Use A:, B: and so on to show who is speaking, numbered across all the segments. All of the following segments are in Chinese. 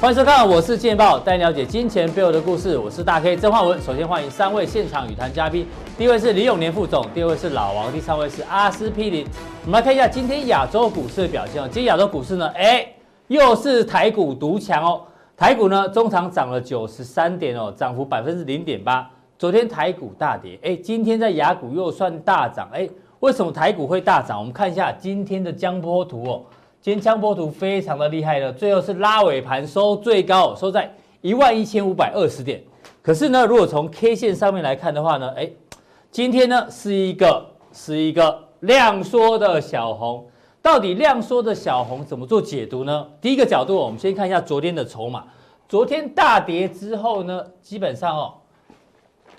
A: 欢迎收看，我是金钱豹，带你了解金钱背后的故事。我是大 K 曾焕文。首先欢迎三位现场语谈嘉宾，第一位是李永年副总，第二位是老王，第三位是阿司匹林。我们来看一下今天亚洲股市的表现哦。今天亚洲股市呢，哎，又是台股独强哦。台股呢，中场涨了九十三点哦，涨幅百分之零点八。昨天台股大跌，哎，今天在雅股又算大涨，哎，为什么台股会大涨？我们看一下今天的江波图哦。今天江波图非常的厉害呢，最后是拉尾盘收最高，收在一万一千五百二十点。可是呢，如果从 K 线上面来看的话呢，哎，今天呢是一个是一个量缩的小红，到底量缩的小红怎么做解读呢？第一个角度，我们先看一下昨天的筹码。昨天大跌之后呢，基本上哦，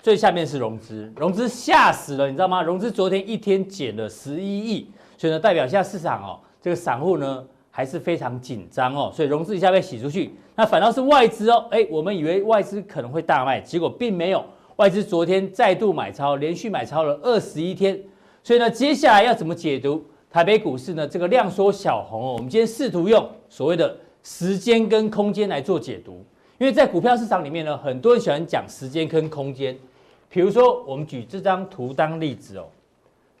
A: 最下面是融资，融资吓死了，你知道吗？融资昨天一天减了十一亿，所以呢，代表现在市场哦，这个散户呢还是非常紧张哦，所以融资一下被洗出去，那反倒是外资哦，哎，我们以为外资可能会大卖，结果并没有，外资昨天再度买超，连续买超了二十一天，所以呢，接下来要怎么解读台北股市呢？这个量缩小红哦，我们今天试图用所谓的时间跟空间来做解读，因为在股票市场里面呢，很多人喜欢讲时间跟空间。比如说，我们举这张图当例子哦。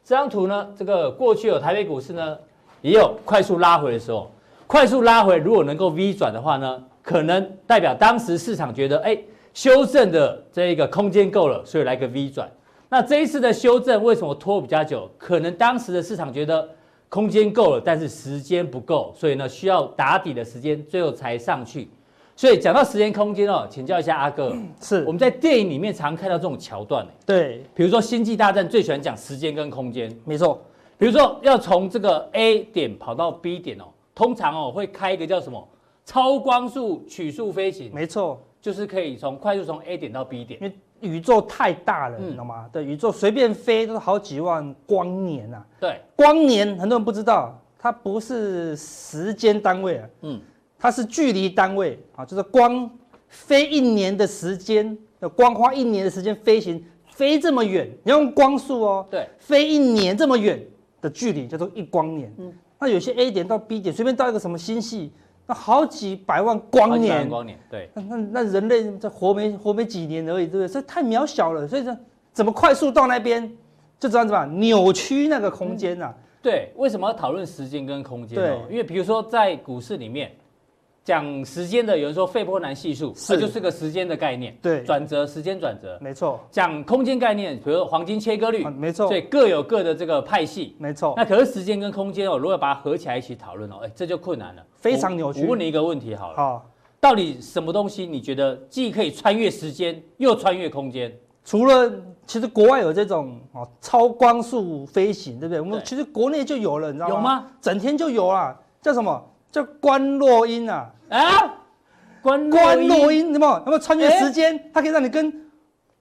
A: 这张图呢，这个过去有台北股市呢，也有快速拉回的时候。快速拉回，如果能够 V 转的话呢，可能代表当时市场觉得，哎，修正的这个空间够了，所以来个 V 转。那这一次的修正为什么拖比较久？可能当时的市场觉得空间够了，但是时间不够，所以呢需要打底的时间，最后才上去。所以讲到时间空间哦，请教一下阿哥，
B: 是
A: 我们在电影里面常看到这种桥段欸
B: 对，
A: 比如说《星际大战》最喜欢讲时间跟空间，
B: 没错，
A: 比如说要从这个 A 点跑到 B 点哦，通常哦会开一个叫什么超光速曲速飞行，
B: 没错，
A: 就是可以从快速从 A 点到 B 点
B: 因。为宇宙太大了，
A: 嗯
B: 你知道吗？对，宇宙随便飞都是好几万光年啊！
A: 对，
B: 光年很多人不知道，它不是时间单位啊，
A: 嗯，
B: 它是距离单位啊，就是光飞一年的时间，光花一年的时间飞行，飞这么远，你要用光速哦，
A: 对，
B: 飞一年这么远的距离叫做一光年。
A: 嗯
B: 那有些 A 点到 B 点，随便到一个什么星系，那好几百万光
A: 好几万
B: 年。
A: 光年，对，
B: 那那那人类这活没活没几年而已，对不对？这太渺小了，所以这怎么快速到那边，就这样子吧，扭曲那个空间呐、啊。
A: 对，为什么要讨论时间跟空间哦？
B: 对
A: 因为比如说在股市里面，讲时间的有人说费波南系数，
B: 是
A: 它就是个时间的概念，
B: 对
A: 转折时间转折。
B: 没错，
A: 讲空间概念，比如说黄金切割率
B: 啊，没错
A: 所以各有各的这个派系。
B: 没错，
A: 那可是时间跟空间哦，如果把它合起来一起讨论哦，哎，这就困难了，
B: 非常扭曲
A: 我我问你一个问题好了，
B: 好。
A: 到底什么东西你觉得既可以穿越时间，又穿越空间？
B: 除了其实国外有这种哦超光速飞行，对不对？我们
A: 对
B: 其实国内就有了，你知道吗？
A: 有吗？
B: 整天就有啦，叫什么？叫关洛音啊，
A: 啊，关
B: 关
A: 洛
B: 洛
A: 伊
B: 音，有没有？有没有穿越
A: 哎
B: 时间？它可以让你跟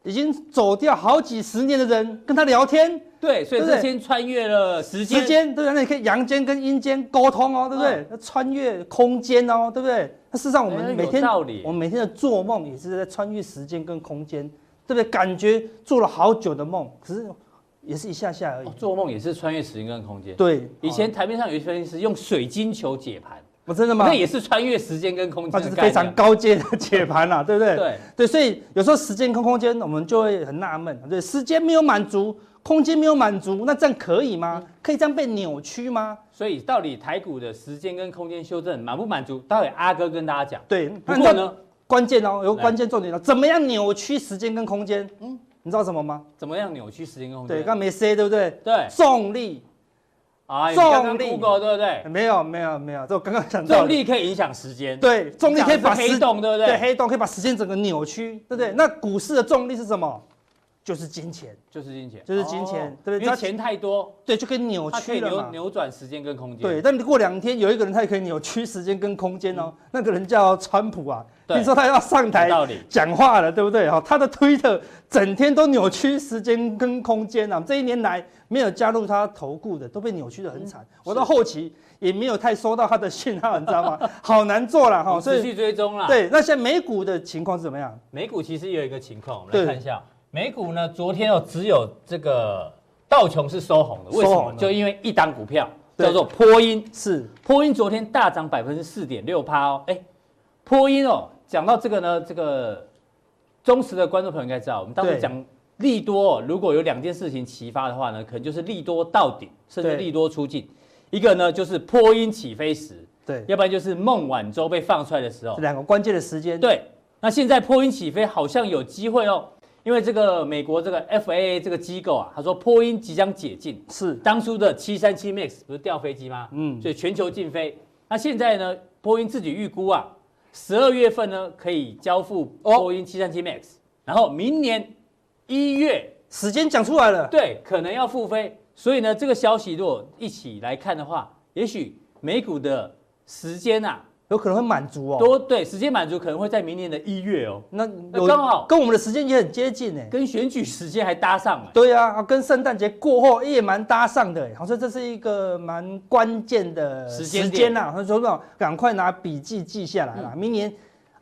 B: 已经走掉好几十年的人跟他聊天，
A: 对，所以
B: 对不
A: 这
B: 对
A: 先穿越了时间，啊
B: 时间对不对？那你可以阳间跟阴间沟通哦，对不对？那穿越空间哦，对不对？那事实上我
A: 哎
B: 们每
A: 有
B: 天、
A: 道理
B: 我们每天的做梦也是在穿越时间跟空间，对不对？感觉做了好久的梦，可是也是一下下而已。
A: 哦做梦也是穿越时间跟空间。，
B: 对，
A: 以
B: 哦
A: 前台面上有一些分析师用水晶球解盘，
B: 我真的吗？
A: 那也是穿越时间跟空
B: 那
A: 间的
B: 就是
A: 概
B: 非常
A: 念。
B: 高阶的解盘啦、对不对？
A: 对
B: 所以有时候时间跟空间，我们就会很纳闷，对，时间没有满足，空间没有满足，那这样可以吗？
A: 嗯
B: 可以这样被扭曲吗？
A: 所以到底台股的时间跟空间修正满不满足？待会阿哥跟大家讲。
B: 对，
A: 不
B: 那
A: 过
B: 你
A: 呢，
B: 关键哦，有个
A: 来
B: 关键重点哦，怎么样扭曲时间跟空间？嗯，你知道什么吗？
A: 怎么样扭曲时间跟空间？
B: 对，刚刚没 say 对不对？
A: 对，
B: 重力
A: 哎，
B: 重
A: 重力
B: 力
A: Google 对不对？
B: 没有没有没有，这我刚刚想到的
A: 重力可以影响时间，，
B: 对，重力可以把时
A: 黑洞对嗯不
B: 对
A: 对？
B: 黑洞可以把时间整个扭曲，对不对？那股市的重力是什么？就是金钱。
A: 就是金钱，
B: 就是金钱
A: 哦
B: 对
A: 因
B: 不对
A: 为
B: 它
A: 钱太多，
B: 对，就跟扭
A: 它可以
B: 曲了
A: 扭
B: 嘛。
A: 扭转时间跟空间。
B: 对，，但你过两天有一个人他也可以扭曲时间跟空间哦，那个人叫川普啊，
A: 嗯对
B: 听说他要上台
A: 有道理
B: 讲话了，对不对？哈，他的推特整天都扭曲时间跟空间啊，这一年来没有加入他投顾的都被扭曲的很惨，
A: 嗯
B: 我到后期也没有太收到他的信号，你知道吗？ 好难 做了哈，
A: 好，
B: 哦所
A: 持
B: 以
A: 续追踪啦。，
B: 对，那现在美股的情况是怎么样？
A: 美股其实也有一个情况，我们
B: 对
A: 来看一下，美股呢，昨天哦只有这个道琼是收红的，为什
B: 收
A: 么？
B: 红的
A: 就因为一档股票
B: 对
A: 叫做波音，
B: 是
A: 波音昨天大涨百分之四点六趴哦，哎，波音哦，讲到这个呢，这个忠实的观众朋友应该知道，我们当时
B: 对
A: 讲利多、哦，如果有两件事情齐发的话呢，可能就是利多到顶，甚至
B: 对
A: 利多出尽。一个呢就是波音起飞时，
B: 对，
A: 要不然就是孟晚舟被放出来的时候
B: 这。两个关键的时间，
A: 对，那现在波音起飞好像有机会哦，因为这个美国这个 FAA 这个机构啊，他说波音即将解禁，
B: 是，
A: 当初的七三七 MAX 不是掉飞机吗？
B: 嗯，
A: 所以全球禁飞。那现在呢，波音自己预估啊，十二月份呢可以交付
B: 哦
A: 波音七三七 MAX，然后明年一月
B: 时间讲出来了，
A: 对可能要复飞。所以呢，这个消息如果一起来看的话，也许美股的时间啊，
B: 有可能会满足哦。
A: 多对时间满足可能会在明年的一月哦，
B: 那
A: 那
B: 有
A: 刚好
B: 跟我们的时间也很接近哎。
A: 跟选举时间还搭上了。
B: 对啊，啊跟圣诞节过后也蛮搭上的哎，好像这是一个蛮关键的
A: 时间点嗯
B: 呐。他说那赶快拿笔记记下来啦，明年。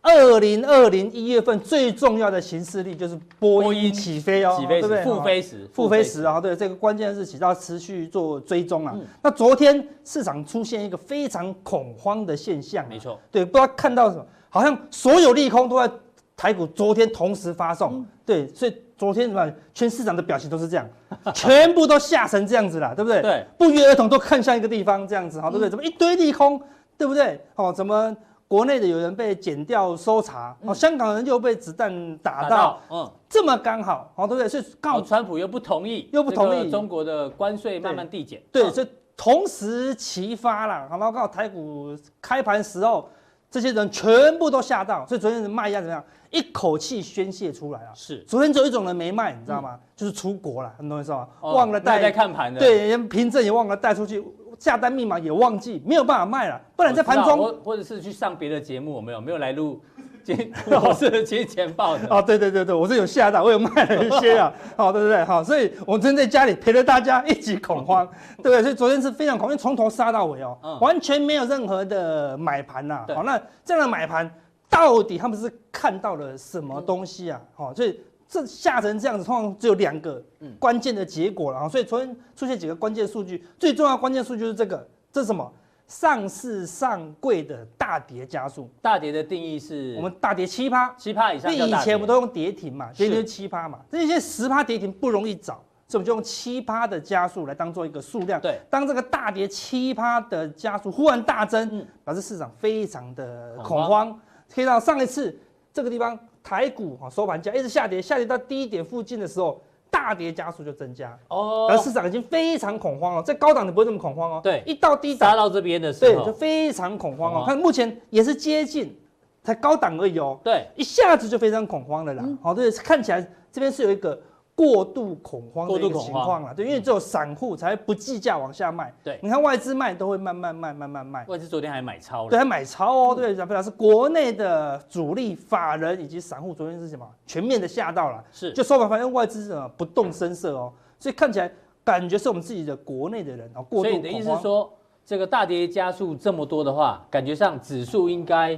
B: 二零二零一月份最重要的行事历就是波
A: 波
B: 音
A: 音
B: 起飞哦，
A: 起飞
B: 对不
A: 时、
B: 对？
A: 复飞时、
B: 复飞时啊，对这个关键日期要持续做追踪啊。
A: 嗯
B: 那昨天市场出现一个非常恐慌的现象、啊
A: 没，错，
B: 对，不知道看到什么，好像所有利空都在台股昨天同时发送，对，所以昨天什么全市场的表情都是这样，全部都吓成这样子啦，对不对？嗯
A: 对，
B: 不约而同都看向一个地方，这样子，好，对不对？怎么一堆利空，对不对？哦，怎么？国内的有人被检调搜查，哦，香港人又被子弹打到，，
A: 嗯，
B: 这么刚好，哦，对不对？所以刚好
A: 好，川普又不同意，
B: 又不同意
A: 这个中国的关税慢慢递减，
B: 对，
A: 嗯
B: 所以同时齐发啦，好，然后刚好台股开盘时候，这些人全部都吓到，所以昨天的卖压怎么样？一口气宣泄出来啊！
A: 是嗯
B: 昨天只有一种人没卖，你知道吗？就是出国了，很多人知道吗？
A: 哦
B: 忘
A: 没
B: 了
A: 有在
B: 带，
A: 看盘的，
B: 对，连凭证也忘了带出去，下单密码也忘记，没有办法卖了，不
A: 不
B: 然在盘中。
A: 或或者是去上别的节目，我没有没有来录金老师的金钱报的，
B: 哦，对对对对，我是有吓到，我有卖了一些啊，好、对不对？好、所以我真在家里陪着大家一起恐慌，对不对？所以昨天是非常恐慌，因为从头杀到尾哦，
A: 嗯
B: 完全没有任何的买盘呐、
A: 对
B: 好、那这样的买盘到底他们是看到了什么东西啊？好、所以这吓成这样子，通常只有两个
A: 嗯
B: 关键的结果了啊、所以昨天出现几个关键数据，最重要的关键数据就是这个，这是什么？上市上柜的大跌加速，
A: 大跌的定义是
B: 我们大跌七趴。
A: 七趴以
B: 那
A: 上叫
B: 以
A: 大
B: 前
A: 跌
B: 我们都用跌停嘛，
A: 是
B: 跌停就七趴嘛，那些十趴跌停不容易找，所以我们就用七趴的加速来当做一个数量。
A: 对，
B: 当这个大跌七趴的加速忽然大增，
A: 嗯
B: 表示市场非常的
A: 恐
B: 恐慌。可以到上一次这个地方台股啊收盘价一直下跌，下跌到低点附近的时候，大跌加速就增加，而
A: 哦，
B: 市场已经非常恐慌了。在高档你不会这么恐慌哦，
A: 对
B: 一到低档
A: 杀到这边的时
B: 对就
A: 候，
B: 非常恐慌哦
A: 恐。慌
B: 看目前也是接近，才高档而已哦。
A: 对，
B: 一下子就非常恐慌了啦。
A: 嗯
B: 好、对，看起来这边是有一个过度恐慌的
A: 过度
B: 一个
A: 恐
B: 情
A: 慌嗯
B: 况啦，对，因为只有散户才会不计价往下卖。
A: 对
B: 你看外资卖都会慢慢卖，慢慢卖。
A: 外资昨天还买超了，
B: 对，还买超哦，对，
A: 嗯
B: 表表示国内的主力法人以及散户昨天是什么全面的吓到了，
A: 是
B: 就收盘发现外资是什么不动声色哦，所以看起来感觉是我们自己的国内的人哦过
A: 所
B: 度
A: 以
B: 恐
A: 你的意
B: 慌。
A: 思是说，这个大跌加速这么多的话，感觉上指数应该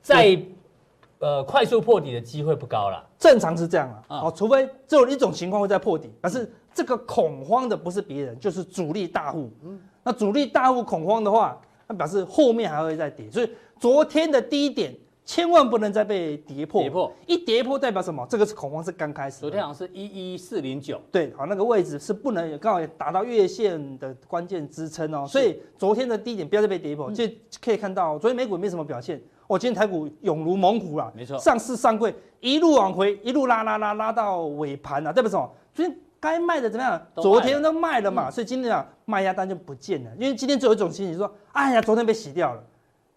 A: 在呃快速破底的机会不高了，
B: 正常是这样啊，
A: 啊嗯
B: 好、除非只有一种情况会在破底，而是这个恐慌的不是别人，就是主力大户。
A: 嗯
B: 那主力大户恐慌的话，那表示后面还会再跌，所以昨天的低点千万不能再被跌破。
A: 跌破
B: 一跌破代表什么？这个是恐慌是刚开始的。
A: 昨天好像是一一四零九，
B: 对，好，那个位置是不能有刚好也达到月线的关键支撑哦，所以昨天的低点不要再被跌
A: 嗯
B: 破，就可以看到昨天美股没什么表现，哦，今天台股涌如猛虎啊，
A: 没错
B: 上市上柜一路往回，一路拉拉拉拉到尾盘啊，代表什么？昨天该卖的怎么样？
A: 都卖了嗯
B: 昨天都卖了嘛，所以今天啊卖压单就不见了，因为今天只有一种情形说，哎呀，昨天被洗掉了。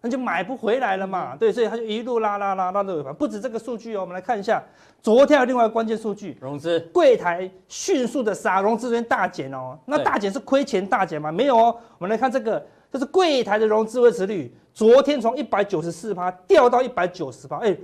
B: 那就买不回来了
A: 嗯
B: 嘛，对，所以它就一路拉拉拉拉到尾盘。不止这个数据哦，我们来看一下昨天还有另外一个关键数据，
A: 融资
B: 柜台迅速的杀，融资昨天大减哦。那
A: 对
B: 大减是亏钱大减吗？没有哦。我们来看这个，这是柜台的融资维持率，昨天从一百九十四趴掉到一百九十趴，哎、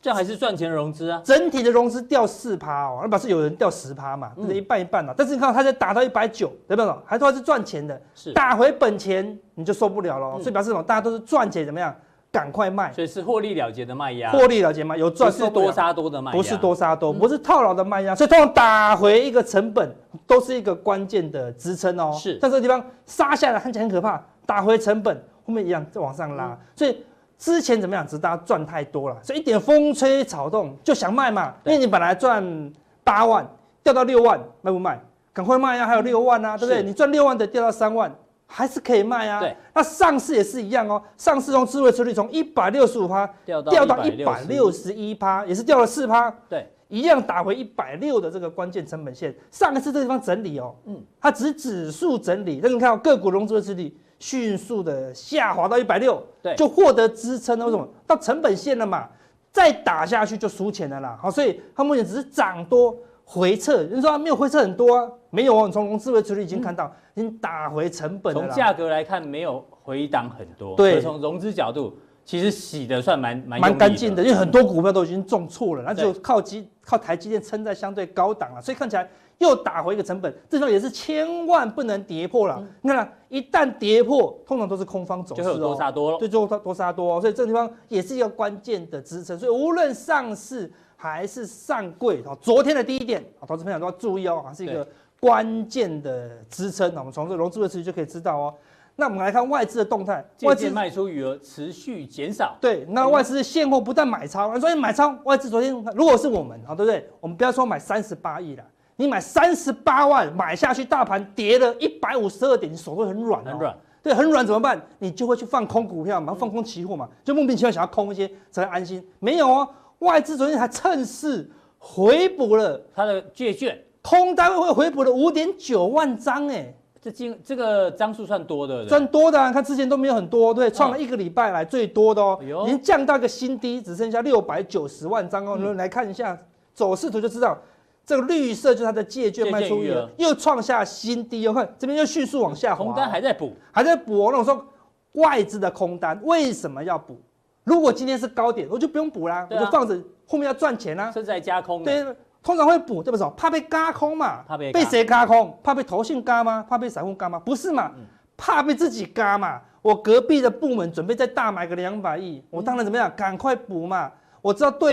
A: 这样还是赚钱融资啊，
B: 整体的融资掉四趴哦，那表示有人掉十趴
A: 嗯
B: 嘛，就是一半一半哦嘛。但是你看它才打到一百九，对不对？还说它是赚钱的，
A: 是，
B: 打回本钱你就受不了了、
A: 嗯
B: 所以表示什么？大家都是赚钱怎么样？赶快卖，
A: 所以是获利了结的卖压，
B: 获利了结吗？啊有
A: 不
B: 赚
A: 是
B: 受不了
A: 多杀多的卖压，嗯
B: 不是多杀多，不是套牢的卖压，所以通常打回一个成本都是一个关键的支撑哦。
A: 是嗯
B: 但这个地方杀下来看起来很可怕，打回成本后面一样再往上拉，所以之前怎么样？只是大家赚太多了，所以一点风吹草动就想卖嘛。因
A: 对
B: 为你本来赚八万，掉到六万，卖不卖？赶快卖啊！还有六万啊，对不对？
A: 嗯是
B: 你赚六万的掉到三万，还是可以卖啊。
A: 对。
B: 那上市也是一样哦，上市从智慧收率从一百六十五趴
A: 掉到
B: 掉到一百六
A: 160，
B: 十一趴，也是掉了四趴。
A: 对，
B: 一样打回一百六的这个关键成本线。上一次这个地方整理哦，
A: 嗯
B: 嗯，它只是指数整理，但是你看到哦个股融资的实力迅速的下滑到一百六，
A: 对
B: 就获得支撑了。为什么？到成本线了嘛，再打下去就输钱了啦。好，所以它目前只是涨多回撤，你说它没有回撤很多啊？没有啊，你从融资维持率已经看到、已经打回成本
A: 嗯
B: 了
A: 从
B: 啦。
A: 价格来看没有回档很多，
B: 对
A: 可是从融资角度其实洗的算蛮蛮用
B: 蛮
A: 力
B: 干净的，因为很多股票都已经重挫了，那
A: 对
B: 就靠基靠台积电撑在相对高档了，所以看起来又打回一个成本，这种也是千万不能跌破了。你看啦，一旦跌破，通常都是空方走势
A: 嗯就
B: 哦，
A: 会有多杀多咯。
B: 对，就多多杀多、哦，所以这个地方也是一个关键的支撑。所以无论上市还是上柜，哦，昨天的第一点，哦，投资朋友都要注意哦，还是一个关键的支撑。哦我们从这融资的持续就可以知道哦。那我们来看外资的动态，外
A: 借
B: 资
A: 券卖出余额持续减少，
B: 对，那外资现货不但买超，你说你买超，外资昨天如果是我们啊，对不对？我们不要说买三十八亿了，你买三十八万买下去，大盘跌了一百五十二点，你手会很软、哦
A: 很软。嗯
B: 对，很软怎么办？你就会去放空股票嘛，放空期货嘛，就莫名其妙想要空一些才安心。没有哦，外资昨天还趁势回补了
A: 它的借券
B: 空单位会回补了五点九万张哎、
A: 这金这个张数算多的，对不对
B: 赚多的、啊，看之前都没有很多，对，创了一个礼拜来最多的哦
A: 哎呦，
B: 已经降到一个新低，只剩下六百九十万张哦。你们来看一下走势图就知道，这个绿色就是它的借券
A: 借券
B: 卖出
A: 余
B: 余
A: 额
B: 额又创下新低哦，看这边又迅速往下滑哦，
A: 红单还在补，
B: 还在补哦。那我说外资的空单为什么要补？如果今天是高点，我就不用补啦，
A: 对
B: 我
A: 啊
B: 就放着后面要赚钱啊啦。
A: 甚至还加空呢。
B: 对，通常会补，对不对？怕被嘎空嘛，
A: 怕被嘎
B: 被谁嘎空？怕被投信嘎吗？怕被散户嘎吗？不是嘛，
A: 嗯
B: 怕被自己嘎嘛。我隔壁的部门准备再大买个两百亿，我当然怎么样，赶快补嘛。我知道对。